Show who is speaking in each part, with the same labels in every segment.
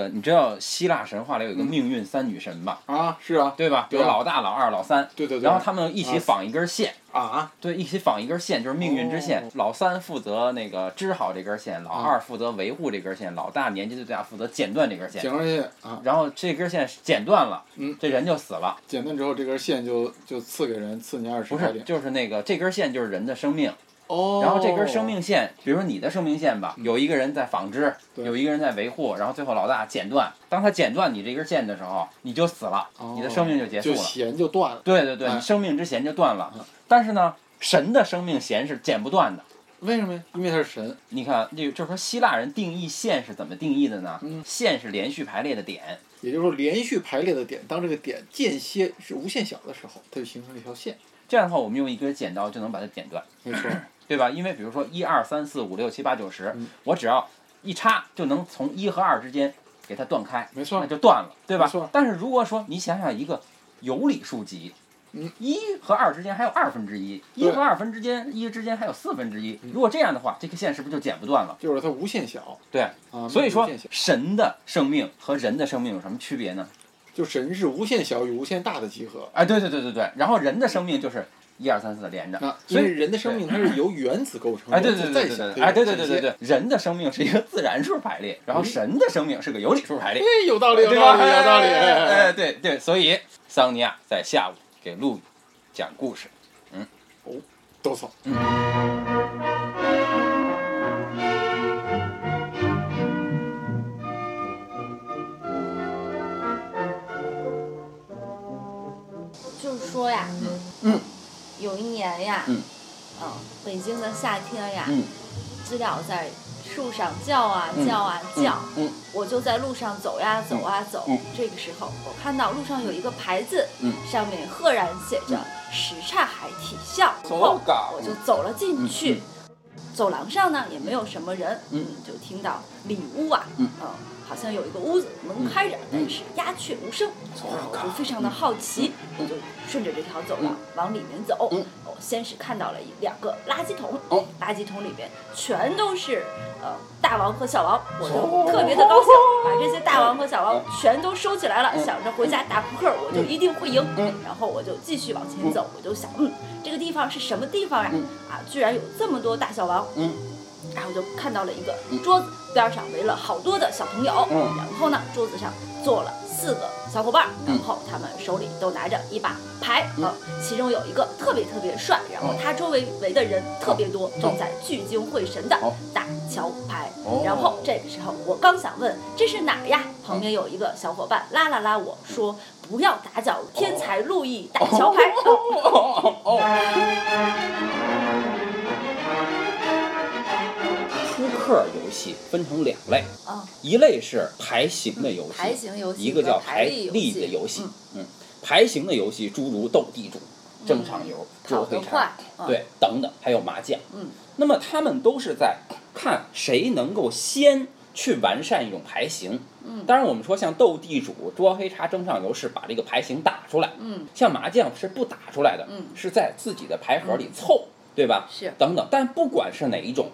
Speaker 1: 个你知道希腊神话里有一个命运三女神吧？
Speaker 2: 啊，是啊，
Speaker 1: 对吧？有
Speaker 2: 嗯对啊
Speaker 1: 老大、老二、老三，
Speaker 2: 对对对。
Speaker 1: 然后他们一起绑一根线，
Speaker 2: 啊，
Speaker 1: 对，一起绑一根线，就是命运之线
Speaker 2: 哦。
Speaker 1: 老三负责那个织好这根线，老
Speaker 2: 啊
Speaker 1: 二负责维护这根线，老大年纪最大负责剪断这根线。
Speaker 2: 剪根线啊，
Speaker 1: 然后这根线剪断了，
Speaker 2: 嗯
Speaker 1: 这人就死了。
Speaker 2: 剪断之后这根线就就刺给人，刺你二十
Speaker 1: 不
Speaker 2: 块
Speaker 1: 是，
Speaker 2: 点。
Speaker 1: 就是那个这根线就是人的生命。
Speaker 2: 哦
Speaker 1: 然后这根生命线，比如说你的生命线吧，
Speaker 2: 嗯
Speaker 1: 有一个人在纺织，
Speaker 2: 对
Speaker 1: 有一个人在维护，然后最后老大剪断。当他剪断你这根线的时候，你就死了，
Speaker 2: 哦
Speaker 1: 你的生命就结束
Speaker 2: 就
Speaker 1: 了。
Speaker 2: 弦就断了。
Speaker 1: 对对对，
Speaker 2: 哎
Speaker 1: 你生命之弦就断了
Speaker 2: 嗯。
Speaker 1: 但是呢，神的生命弦是剪不断的。
Speaker 2: 为什么呀？因为他是神。
Speaker 1: 你看，这就是说希腊人定义线是怎么定义的呢？
Speaker 2: 嗯
Speaker 1: 线是连续排列的点，
Speaker 2: 也就是说，连续排列的点，当这个点间歇是无限小的时候，它就形成了一条线。
Speaker 1: 这样的话，我们用一根剪刀就能把它剪断，
Speaker 2: 没错，
Speaker 1: 对吧？因为比如说一二三四五六七八九十
Speaker 2: 嗯，
Speaker 1: 我只要一插就能从一和二之间给它断开，
Speaker 2: 没
Speaker 1: 那
Speaker 2: 错，
Speaker 1: 就断了，对吧
Speaker 2: 没错？
Speaker 1: 但是如果说你想想一个有理数集
Speaker 2: 嗯。
Speaker 1: 一和二之间还有二分之一，一
Speaker 2: 对
Speaker 1: 和二分之间，一之间还有四分之一。
Speaker 2: 嗯
Speaker 1: 如果这样的话，这个线是不是就剪不断了？
Speaker 2: 就是它无限小。
Speaker 1: 对
Speaker 2: 啊，
Speaker 1: 所以
Speaker 2: 无
Speaker 1: 说
Speaker 2: 限小，
Speaker 1: 神的生命和人的生命有什么区别呢？
Speaker 2: 就神是无限小与无限大的集合。
Speaker 1: 哎，对对对对对，然后人的生命就是一二三四连着，
Speaker 2: 啊，
Speaker 1: 所
Speaker 2: 所
Speaker 1: 以
Speaker 2: 以人的生命它是由原子构成，
Speaker 1: 哎，对
Speaker 2: 原
Speaker 1: 对对
Speaker 2: 子再
Speaker 1: 对
Speaker 2: 小，
Speaker 1: 对，哎，对对
Speaker 2: 它
Speaker 1: 对
Speaker 2: 就
Speaker 1: 对
Speaker 2: 是间歇，
Speaker 1: 对，人的生命是一个自然数排列，然后
Speaker 2: 嗯
Speaker 1: 神的生命是个有理数排列，
Speaker 2: 哎，有道理，有
Speaker 1: 对
Speaker 2: 道
Speaker 1: 吧？
Speaker 2: 理，有道理。
Speaker 1: 哎，对对，所以桑尼亚在下午给路易讲故事。
Speaker 2: 都错。
Speaker 3: 就是说呀，
Speaker 2: 嗯
Speaker 3: 有一年呀，
Speaker 1: 嗯
Speaker 3: 嗯北京的夏天呀，
Speaker 1: 嗯
Speaker 3: 知了在树上叫啊
Speaker 1: 嗯
Speaker 3: 叫啊叫，
Speaker 1: 嗯
Speaker 3: 我就在路上走呀走啊走。
Speaker 1: 嗯
Speaker 3: 这个时候，我看到路上有一个牌子，
Speaker 1: 嗯
Speaker 3: 上面赫然写着“什刹海体校”，
Speaker 1: 走
Speaker 3: 后
Speaker 1: 岗
Speaker 3: 我就走了进去。
Speaker 1: 嗯
Speaker 3: 走廊上呢也没有什么人，
Speaker 1: 嗯，
Speaker 3: 就听到里屋啊，
Speaker 1: 嗯
Speaker 3: 好像有一个屋子门开着，但是鸦雀无声，
Speaker 1: 走廊
Speaker 3: 我
Speaker 1: 岗
Speaker 3: 就非常的好奇，我
Speaker 1: 嗯
Speaker 3: 就顺着这条走廊
Speaker 1: 嗯
Speaker 3: 往里面走，
Speaker 1: 嗯
Speaker 3: 我先是看到了一两个垃圾桶
Speaker 1: 哦，
Speaker 3: 垃圾桶里边全都是呃大王和小王，我
Speaker 1: 哦
Speaker 3: 就特别的高兴，把这些大王和小王
Speaker 1: 嗯
Speaker 3: 全都收起来了，
Speaker 1: 嗯
Speaker 3: 想着回家打扑克我就
Speaker 1: 嗯
Speaker 3: 一定会赢
Speaker 1: 嗯，
Speaker 3: 然后我就继续往前走，我就想，嗯，这个地方是什么地方呀
Speaker 1: 嗯？
Speaker 3: 啊，居然有这么多大小王，
Speaker 1: 嗯
Speaker 3: 然后就看到了一个桌子，边上围了好多的小朋友。
Speaker 1: 嗯
Speaker 3: 然后呢，桌子上坐了四个小伙伴儿，
Speaker 1: 嗯
Speaker 3: 然后他们手里都拿着一把牌。
Speaker 1: 嗯
Speaker 3: 呃，其中有一个特别特别帅，然后
Speaker 1: 哦
Speaker 3: 他周围围的人特别多，正在聚精会神的
Speaker 1: 哦
Speaker 3: 打桥牌。
Speaker 1: 哦
Speaker 3: 然后这个时候，我刚想问这是哪儿呀？旁边有一个小伙伴拉了拉我说：“不要打搅天才路易打桥牌。
Speaker 1: 哦哦哦，扑克游戏分成两类，
Speaker 3: 啊，
Speaker 1: 一类是牌型的游戏，
Speaker 3: 牌型游戏
Speaker 1: 一个叫
Speaker 3: 和牌
Speaker 1: 力的游戏
Speaker 3: 嗯，
Speaker 1: 嗯，牌型的游戏诸如斗地主、争场游、
Speaker 3: 考
Speaker 1: 捉
Speaker 3: 得
Speaker 1: 黑
Speaker 3: 快
Speaker 1: 叉，，
Speaker 3: 嗯，
Speaker 1: 对，等等，还有麻将。
Speaker 3: 嗯，
Speaker 1: 那么他们都是在看谁能够先去完善一种牌型。
Speaker 3: 嗯
Speaker 1: 当然，我们说像斗地主、捉黑茶、争上游是把这个牌型打出来，
Speaker 3: 嗯
Speaker 1: 像麻将是不打出来的，
Speaker 3: 嗯
Speaker 1: 是在自己的牌盒里凑，对吧？
Speaker 3: 是
Speaker 1: 等等。但不管是哪一种，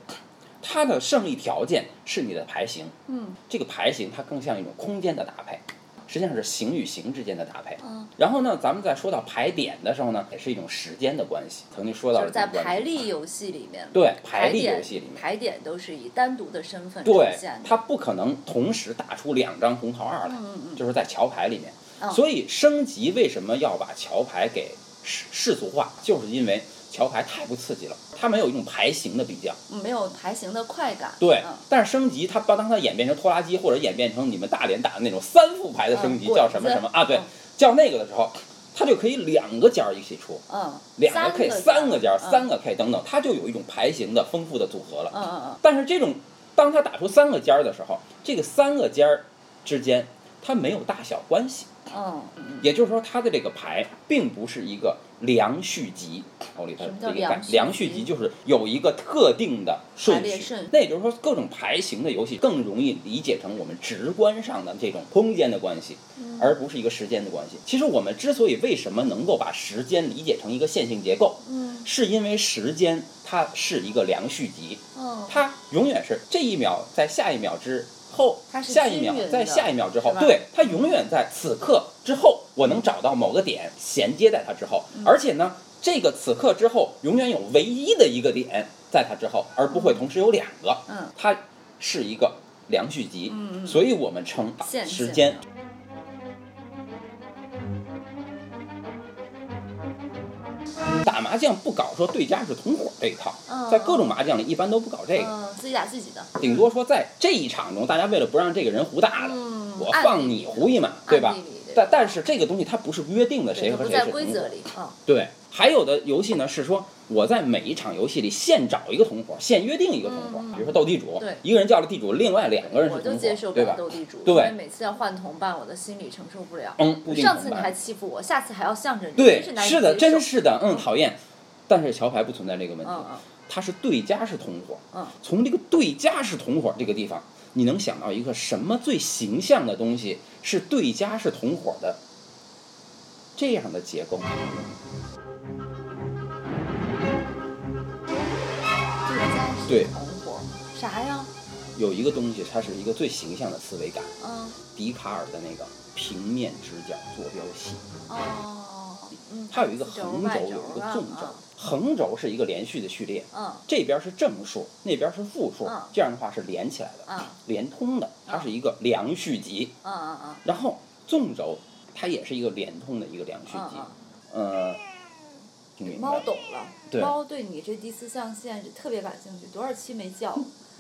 Speaker 1: 它的胜利条件是你的牌型。
Speaker 3: 嗯
Speaker 1: 这个牌型它更像一种空间的搭配，实际上是形与形之间的搭配。
Speaker 3: 嗯，
Speaker 1: 然后呢，咱们在说到牌点的时候呢，也是一种时间的关系。曾经说到
Speaker 3: 就是在
Speaker 1: 这个关系
Speaker 3: 排力游戏里面，
Speaker 1: 啊对
Speaker 3: 牌
Speaker 1: 排力
Speaker 3: 点
Speaker 1: 游戏里面，
Speaker 3: 牌点都是以单独的身份呈
Speaker 1: 对
Speaker 3: 现，的。
Speaker 1: 它不可能同时打出两张红桃二来，
Speaker 3: 嗯嗯
Speaker 1: 就是在桥牌里面。
Speaker 3: 嗯
Speaker 1: 所以升级为什么要把桥牌给世世俗化，就是因为桥牌太不刺激了，它没有一种牌型的比较。
Speaker 3: 嗯，没有牌型的快感。
Speaker 1: 对，
Speaker 3: 嗯
Speaker 1: 但是升级它把当它演变成拖拉机，或者演变成你们大连打的那种三副牌的升级，
Speaker 3: 嗯
Speaker 1: 叫什么什么啊？对
Speaker 3: 嗯，
Speaker 1: 叫那个的时候，它就可以两个尖儿一起出，
Speaker 3: 嗯，
Speaker 1: 两
Speaker 3: 三
Speaker 1: 个 K、
Speaker 3: 个
Speaker 1: 三个尖儿、
Speaker 3: 嗯
Speaker 1: 三个 K 等等，它就有一种牌型的丰富的组合了。
Speaker 3: 嗯嗯
Speaker 1: 但是这种当它打出三个尖儿的时候，这个三个尖儿之间它没有大小关系，
Speaker 3: 嗯嗯嗯
Speaker 1: 也就是说它的这个牌并不是一个良序集。我理它
Speaker 3: 什么
Speaker 1: 这
Speaker 3: 叫
Speaker 1: 个概
Speaker 3: 良序集
Speaker 1: 良序集就是有一个特定的顺
Speaker 3: 排列
Speaker 1: 序，
Speaker 3: 顺序
Speaker 1: 那也就是说各种牌型的游戏更容易理解成我们直观上的这种空间的关系，
Speaker 3: 嗯，
Speaker 1: 而不是一个时间的关系。其实我们之所以为什么能够把时间理解成一个线性结构，
Speaker 3: 嗯
Speaker 1: 是因为时间它是一个良序集。
Speaker 3: 嗯
Speaker 1: 它永远是这一秒在下一秒之后
Speaker 3: 它，是
Speaker 1: 下一秒
Speaker 3: 均匀的
Speaker 1: 在下一秒之后
Speaker 3: 是，吧
Speaker 1: 对，它永远在此刻之后，我能找到某个点衔接在它之后，
Speaker 3: 嗯
Speaker 1: 而且呢，这个此刻之后永远有唯一的一个点在它之后，而不会同时有两个，
Speaker 3: 嗯
Speaker 1: 它是一个量序集，
Speaker 3: 嗯嗯，
Speaker 1: 所以我们称
Speaker 3: 线
Speaker 1: 时
Speaker 3: 性
Speaker 1: 间
Speaker 3: 的。
Speaker 1: 打麻将不搞说对家是同伙这一套，
Speaker 4: 嗯
Speaker 1: 在各种麻将里一般都不搞这个，
Speaker 4: 嗯，自己打自己的，
Speaker 1: 顶多说在这一场中，大家为了不让这个人胡大了，
Speaker 3: 嗯，
Speaker 1: 我
Speaker 3: 按
Speaker 1: 放你胡一马，对吧
Speaker 3: 按？比例的
Speaker 1: 但但是这个东西它不是约定的
Speaker 3: 对
Speaker 1: 谁
Speaker 3: 它
Speaker 1: 和
Speaker 3: 不
Speaker 1: 谁
Speaker 3: 在
Speaker 1: 是
Speaker 3: 规
Speaker 1: 同
Speaker 3: 则
Speaker 1: 伙，
Speaker 3: 里啊，
Speaker 1: 对。还有的游戏呢是说我在每一场游戏里现找一个同伙，现约定一个同伙，
Speaker 3: 嗯嗯
Speaker 1: 比如说斗地主
Speaker 3: 对，
Speaker 1: 一个人叫了地主，另外两个人
Speaker 3: 我
Speaker 1: 是
Speaker 3: 就
Speaker 1: 同
Speaker 3: 接受
Speaker 1: 伙，
Speaker 3: 不
Speaker 1: 对
Speaker 3: 了
Speaker 1: 吧？
Speaker 3: 斗地主，
Speaker 1: 对
Speaker 3: 因为每次要换同伴，我的心理承受不了。
Speaker 1: 嗯，固定
Speaker 3: 上次
Speaker 1: 同
Speaker 3: 你还
Speaker 1: 伴，
Speaker 3: 欺负我，下次还要向着你，
Speaker 1: 对
Speaker 3: 真是，难以
Speaker 1: 是的，
Speaker 3: 接受
Speaker 1: 真是的，嗯，讨厌。但是桥牌不存在这个问题，
Speaker 3: 嗯嗯
Speaker 1: 它是对家是同伙，
Speaker 3: 嗯，
Speaker 1: 从这个对家是同伙这个地方，你能想到一个什么最形象的东西是对家是同伙的这样的结构？
Speaker 3: 这个家是
Speaker 1: 对
Speaker 3: 同伙，啥呀？
Speaker 1: 有一个东西，它是一个最形象的思维感，
Speaker 3: 嗯
Speaker 1: 笛卡尔的那个平面直角坐标系，
Speaker 3: 哦嗯，
Speaker 1: 它有一个
Speaker 3: 四轴
Speaker 1: 横
Speaker 3: 外
Speaker 1: 轴，
Speaker 3: 轴
Speaker 1: 有一
Speaker 3: 啊
Speaker 1: 个纵
Speaker 3: 啊
Speaker 1: 轴，横轴是一个连续的序列，
Speaker 3: 嗯
Speaker 1: 这边是正数，那边是负数
Speaker 3: 嗯，
Speaker 1: 这样的话是连起来的，
Speaker 3: 嗯
Speaker 1: 连通的，它是一
Speaker 3: 啊
Speaker 1: 个良序集。
Speaker 3: 嗯嗯
Speaker 1: 然后纵轴它也是一个连通的一个良序
Speaker 3: 嗯嗯
Speaker 1: 集，
Speaker 3: 嗯。
Speaker 1: 呃，挺明
Speaker 3: 猫
Speaker 1: 白。
Speaker 3: 懂了，
Speaker 1: 对
Speaker 3: 猫对你这第四象限特别感兴趣，多少期没叫？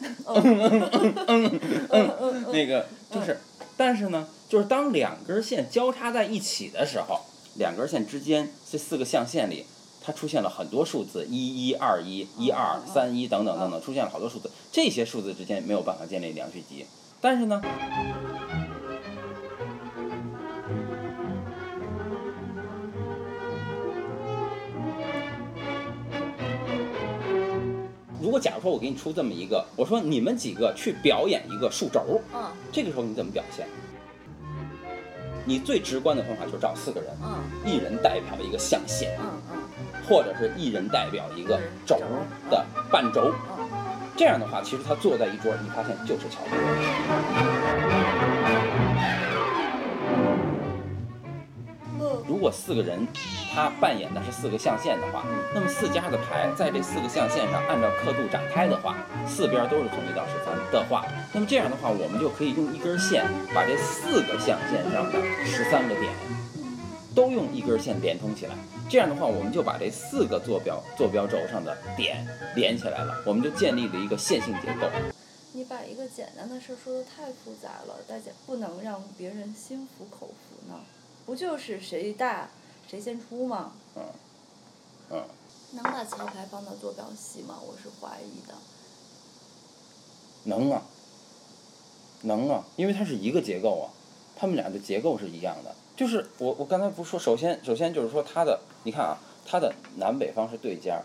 Speaker 1: 那个就是，但是呢，就是当两根线交叉在一起的时候，两根线之间这四个象限里，它出现了很多数字，一一二一、一二
Speaker 3: 嗯嗯
Speaker 1: 三一等等等等，出现了好多数字，这些数字之间没有办法建立良序集。但是呢，如果假如说我给你出这么一个，我说你们几个去表演一个数轴，
Speaker 3: 嗯
Speaker 1: 这个时候你怎么表现？你最直观的方法就是找四个人，
Speaker 3: 嗯
Speaker 1: 一人代表一个象限，
Speaker 3: 嗯嗯
Speaker 1: 或者是一人代表一个轴
Speaker 3: 轴
Speaker 1: 的半轴。
Speaker 3: 嗯，
Speaker 1: 这样的话，其实他坐在一桌，你发现就是桥牌。如果四个人他扮演的是四个象限的话，那么四家的牌在这四个象限上按照刻度展开的话，四边都是从一到十三的话，那么这样的话，我们就可以用一根线把这四个象限上的十三个点都用一根线连通起来。这样的话，我们就把这四个坐标坐标轴上的点连起来了，我们就建立了一个线性结构。
Speaker 3: 你把一个简单的事儿说的太复杂了，大家不能让别人心服口服呢。不就是谁大谁先出吗？
Speaker 1: 嗯，嗯，
Speaker 3: 能把桥牌放到坐标系吗？我是怀疑的。
Speaker 1: 能啊，能啊，因为它是一个结构啊，它们俩的结构是一样的。就是我我刚才不是说，首先首先就是说它的，你看啊，它的南北方是对尖儿，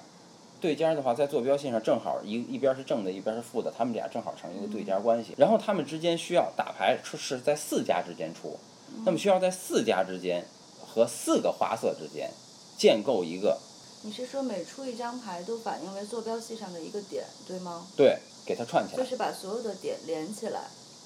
Speaker 1: 对尖儿的话在坐标线上正好一一边是正的，一边是负的，它们俩正好成一个对尖儿关系。然后它们之间需要打牌出是在四家之间出，
Speaker 3: 嗯
Speaker 1: 那么需要在四家之间和四个花色之间建构一个
Speaker 3: 你是说每出一张牌都反映为坐标系上的一个点，对吗？
Speaker 1: 对，给它串起
Speaker 3: 就
Speaker 1: 来，
Speaker 3: 是把所有的点连起来，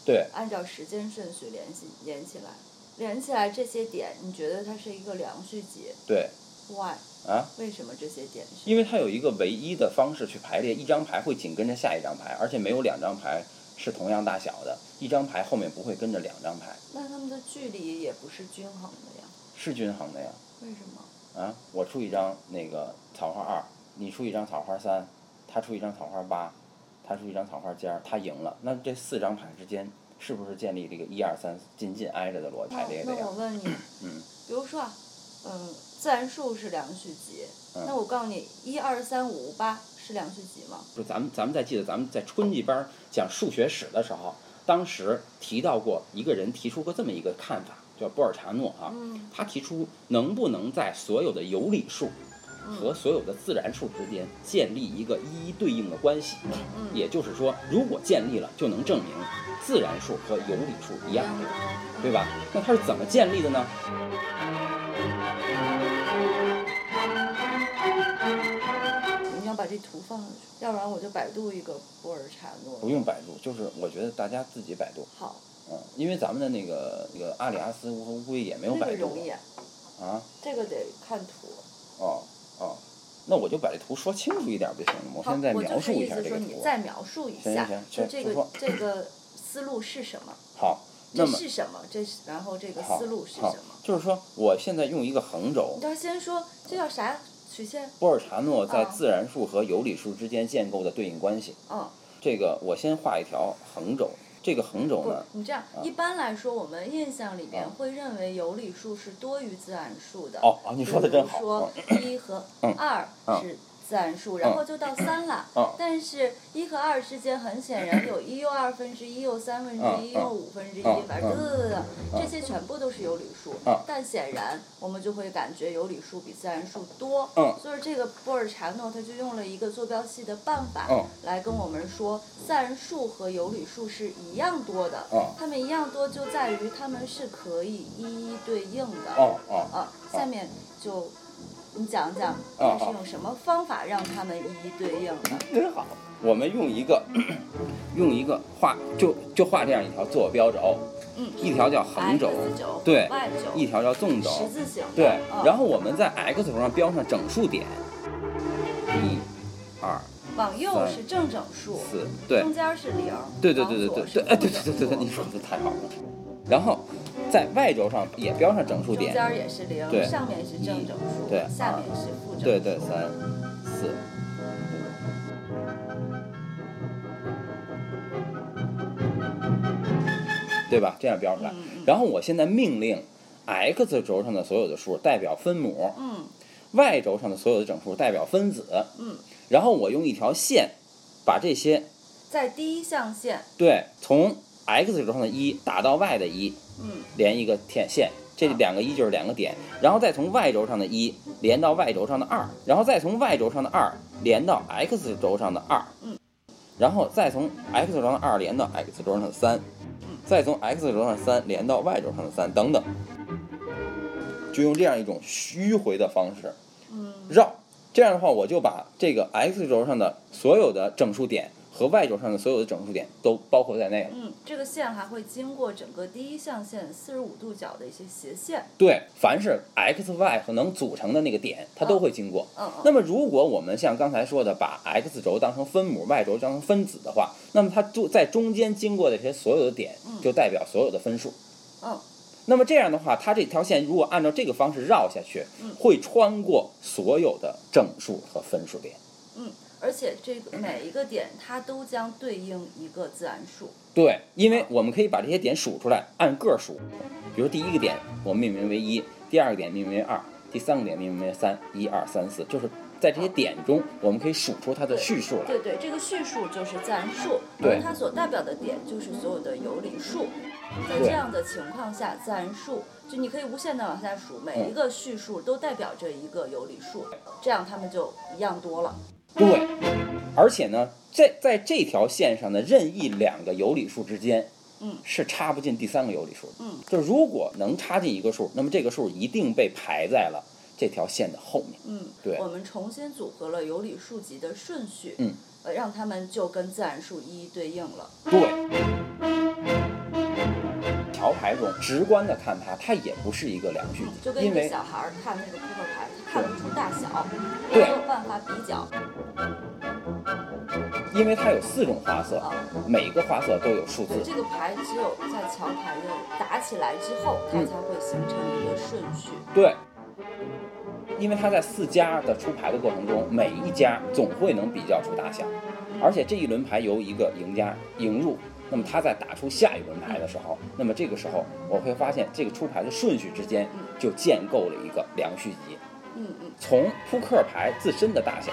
Speaker 1: 对。
Speaker 3: 按照时间顺序联系连起来，连起来这些点，你觉得它是一个良序集
Speaker 1: 对，
Speaker 3: ？Why？
Speaker 1: 啊？
Speaker 3: 为什么这些点是？
Speaker 1: 因为它有一个唯一的方式去排列，一张牌会紧跟着下一张牌，而且没有两张牌是同样大小的，一张牌后面不会跟着两张牌，
Speaker 3: 那它们的距离也不是均衡的呀？
Speaker 1: 是均衡的呀。
Speaker 3: 为什么？
Speaker 1: 啊，我出一张那个草花二，你出一张草花三，他出一张草花八，他出一张草花尖儿，他赢了。那这四张牌之间是不是建立这个一二三紧紧挨着的逻辑排列
Speaker 3: 那
Speaker 1: 的呀
Speaker 3: 我？问你，
Speaker 1: 嗯，
Speaker 3: 比如说啊，嗯，自然数是良序集，
Speaker 1: 嗯
Speaker 3: 那我告诉你，一二三五八是良序集吗？
Speaker 1: 就咱们咱们再记得咱们在春季班儿讲数学史的时候，当时提到过一个人提出过这么一个看法，叫波尔查诺啊，
Speaker 3: 嗯
Speaker 1: 他提出能不能在所有的有理数
Speaker 3: 嗯
Speaker 1: 和所有的自然数之间建立一个一一对应的关系，
Speaker 3: 嗯，
Speaker 1: 也就是说，如果建立了，就能证明自然数和有理数一样
Speaker 3: 嗯
Speaker 1: 对吧对吧？那它是怎么建立的呢？
Speaker 3: 你像把这图放上去，要不然我就百度一个波尔禅
Speaker 1: 不
Speaker 3: 诺。
Speaker 1: 用百度，就是我觉得大家自己百度，
Speaker 3: 好，
Speaker 1: 嗯，因为咱们的那个那个阿里阿斯乌和乌龟也没有
Speaker 3: 这个
Speaker 1: 百度
Speaker 3: 容易，
Speaker 1: 啊，
Speaker 3: 这个得看图。
Speaker 1: 哦哦，那我就把这图说清楚一点不行吗？我
Speaker 3: 好，
Speaker 1: 现在
Speaker 3: 我
Speaker 1: 描
Speaker 3: 就是
Speaker 1: 述一
Speaker 3: 意
Speaker 1: 下
Speaker 3: 思
Speaker 1: 这个
Speaker 3: 说
Speaker 1: 图。啊
Speaker 3: 你再描述一
Speaker 1: 行
Speaker 3: 下
Speaker 1: 行，
Speaker 3: 就
Speaker 1: 行
Speaker 3: 这
Speaker 1: 不
Speaker 3: 个
Speaker 1: 错
Speaker 3: 这个思路是什么？
Speaker 1: 好，那
Speaker 3: 这
Speaker 1: 么
Speaker 3: 是什么？这是然后这个
Speaker 1: 好
Speaker 3: 思路是什
Speaker 1: 好
Speaker 3: 么？
Speaker 1: 就是说，我现在用一个横轴
Speaker 3: 你，要先说这叫啥曲线？
Speaker 1: 波尔查诺在
Speaker 3: 啊
Speaker 1: 自然数和有理数之间建构的对应关系。
Speaker 3: 嗯，
Speaker 1: 这个我先画一条横轴，这个横轴
Speaker 3: 不
Speaker 1: 呢，，
Speaker 3: 你这样
Speaker 1: 啊
Speaker 3: 一般来说，我们印象里边
Speaker 1: 啊
Speaker 3: 会认为有理数是多于自然数的。
Speaker 1: 哦哦，你说的真
Speaker 3: 比
Speaker 1: 好，
Speaker 3: 如说
Speaker 1: 嗯
Speaker 3: 一和
Speaker 1: 嗯
Speaker 3: 二
Speaker 1: 嗯
Speaker 3: 是自然数，然后就到三了。
Speaker 1: 嗯
Speaker 3: 但是，一和二之间很显然有一又二分之一，又三分之
Speaker 1: 嗯
Speaker 3: 一，
Speaker 1: 嗯
Speaker 3: 又五分之一
Speaker 1: 嗯，
Speaker 3: 反正
Speaker 1: 嗯
Speaker 3: 呃这些全部都是有理数
Speaker 1: 嗯。
Speaker 3: 但显然，我们就会感觉有理数比自然数多。
Speaker 1: 嗯
Speaker 3: 所以这个波尔查诺他就用了一个坐标系的办法
Speaker 1: 嗯
Speaker 3: 来跟我们说，自然数和有理数是一样多的
Speaker 1: 嗯。
Speaker 3: 它们一样多就在于它们是可以一一对应的。
Speaker 1: 哦哦，
Speaker 3: 啊，下面就你讲讲，
Speaker 1: 啊
Speaker 3: 它是用什么方法让他们一一对应的？
Speaker 2: 真好，
Speaker 1: 我们用一个 用一个画，就就画这样一条坐标轴，
Speaker 3: 嗯
Speaker 1: 一条叫横轴，
Speaker 3: x 轴，
Speaker 1: 对
Speaker 3: ，y
Speaker 1: 一
Speaker 3: 轴，
Speaker 1: 条叫纵轴，
Speaker 3: 十字形的，
Speaker 1: 对，
Speaker 3: 嗯
Speaker 1: 然后我们在 x 轴上标上整数点，一、二、
Speaker 3: 往右
Speaker 1: 三
Speaker 3: 是正整数，
Speaker 1: 四，对，
Speaker 3: 中间是零，
Speaker 1: 对对对对对
Speaker 3: 嗯
Speaker 1: 对，哎，对对对对对，你说的太好了。然后在 y 轴上也标上整数
Speaker 3: 中
Speaker 1: 点，
Speaker 3: 间也是零，
Speaker 1: 对
Speaker 3: 上面是正整数，
Speaker 1: 对
Speaker 3: 下面是负整数，
Speaker 1: 对对，三、四、五，对吧？这样标出来。
Speaker 3: 嗯嗯
Speaker 1: 然后我现在命令 x 轴上的所有的数代表分母
Speaker 3: 嗯
Speaker 1: ，y 轴上的所有的整数代表分子，
Speaker 3: 嗯，
Speaker 1: 然后我用一条线把这些
Speaker 3: 在第一象限，
Speaker 1: 对从 x 轴上的一打到 y 的一，
Speaker 3: 嗯，
Speaker 1: 连一个天线，这两个一就是两个点，然后再从 y 轴上的一连到 y 轴上的二，然后再从 y 轴上的二连到 x 轴上的二，
Speaker 3: 嗯，
Speaker 1: 然后再从 x 轴上的二连到 x 轴上的三，再从 x 轴上的三连到 y 轴上的三等等，就用这样一种迂回的方式，嗯，绕。这样的话，我就把这个 x 轴上的所有的整数点和 y 轴上的所有的整数点都包括在内了。
Speaker 3: 嗯，这个线还会经过整个第一象限四十五度角的一些斜线，
Speaker 1: 对，凡是 x、y 和能组成的那个点，它都会经过。
Speaker 3: 嗯嗯
Speaker 1: 那么，如果我们像刚才说的，把 x 轴当成分母，y 轴当成分子的话，那么它就在中间经过的这些所有的点，就代表所有的分数。
Speaker 3: 嗯，
Speaker 1: 那么这样的话，它这条线如果按照这个方式绕下去，会穿过所有的整数和分数点。
Speaker 3: 嗯，而且这
Speaker 1: 嗯
Speaker 3: 个每一个点它都将对应一个自然数，
Speaker 1: 对，因
Speaker 3: 嗯
Speaker 1: 为我们可以把这些点数出来，按个数。比如第一个点，我们命名为一；第二个点命名为二；第三个点命名为三，一二三四，就是在这些点中，我们可以数出它的序数来。
Speaker 3: 对对，这个序数就是自然数，
Speaker 1: 对
Speaker 3: 它所代表的点就是所有的有理数。在
Speaker 1: 对
Speaker 3: 这样的情况下，自然数就你可以无限的往下数，
Speaker 1: 嗯
Speaker 3: 每一个序数都代表着一个有理数，这样它们就一样多了。
Speaker 1: 对，而且呢，在在这条线上的任意两个有理数之间，
Speaker 3: 嗯，
Speaker 1: 是插不进第三个有理数的。
Speaker 3: 嗯，
Speaker 1: 就是如果能插进一个数，那么这个数一定被排在了这条线的后面。
Speaker 3: 嗯，
Speaker 1: 对
Speaker 3: 我们重新组合了有理数集的顺序，
Speaker 1: 嗯，
Speaker 3: 呃，让它们就跟自然数一一对应了。
Speaker 1: 对，桥牌中直观的看它，它也不是一个良序
Speaker 3: 就
Speaker 1: 集，
Speaker 3: 跟一
Speaker 1: 因
Speaker 3: 个
Speaker 1: 为
Speaker 3: 小孩儿看那个扑克牌，他看不出大小，
Speaker 1: 对
Speaker 3: 没有办法比较
Speaker 1: 因为它有四种花色，
Speaker 3: 啊。
Speaker 1: 每个花色都有数
Speaker 3: 对，
Speaker 1: 字。
Speaker 3: 这个牌只有在桥牌的打起来之后，它
Speaker 1: 嗯
Speaker 3: 才会形成一个顺序。
Speaker 1: 对，因为它在四家的出牌的过程中，每一家总会能比较出大小，
Speaker 3: 嗯
Speaker 1: 而且这一轮牌由一个赢家赢入。那么他在打出下一轮牌的时候，那么这个时候我会发现这个出牌的顺序之间
Speaker 3: 嗯
Speaker 1: 就建构了一个良序集。
Speaker 3: 嗯嗯，
Speaker 1: 从扑克牌自身的大小，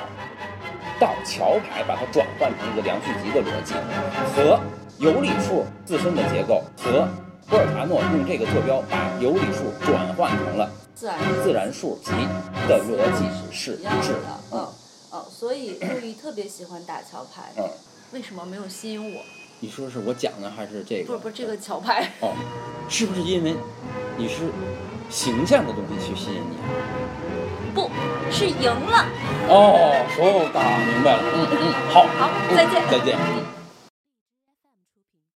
Speaker 1: 到桥牌把它转换成一个量序集的逻辑，和有理数自身的结构，和波尔查诺用这个坐标把有理数转换成了
Speaker 3: 自然
Speaker 1: 自然数集的逻辑是
Speaker 3: 一
Speaker 1: 一
Speaker 3: 样
Speaker 1: 致
Speaker 3: 的。嗯嗯，所以陆毅特别喜欢打桥牌。
Speaker 1: 嗯，
Speaker 3: 为什么没有吸引我？
Speaker 1: 你说是我讲的还是这
Speaker 3: 不是不是这个桥牌，
Speaker 1: 哦，是不是因为你是形象的东西去吸引你。
Speaker 3: 不是赢了。
Speaker 1: 哦，哦，打明白了，嗯嗯，好，
Speaker 3: 好
Speaker 1: 嗯，
Speaker 3: 再见。
Speaker 1: 再见。嗯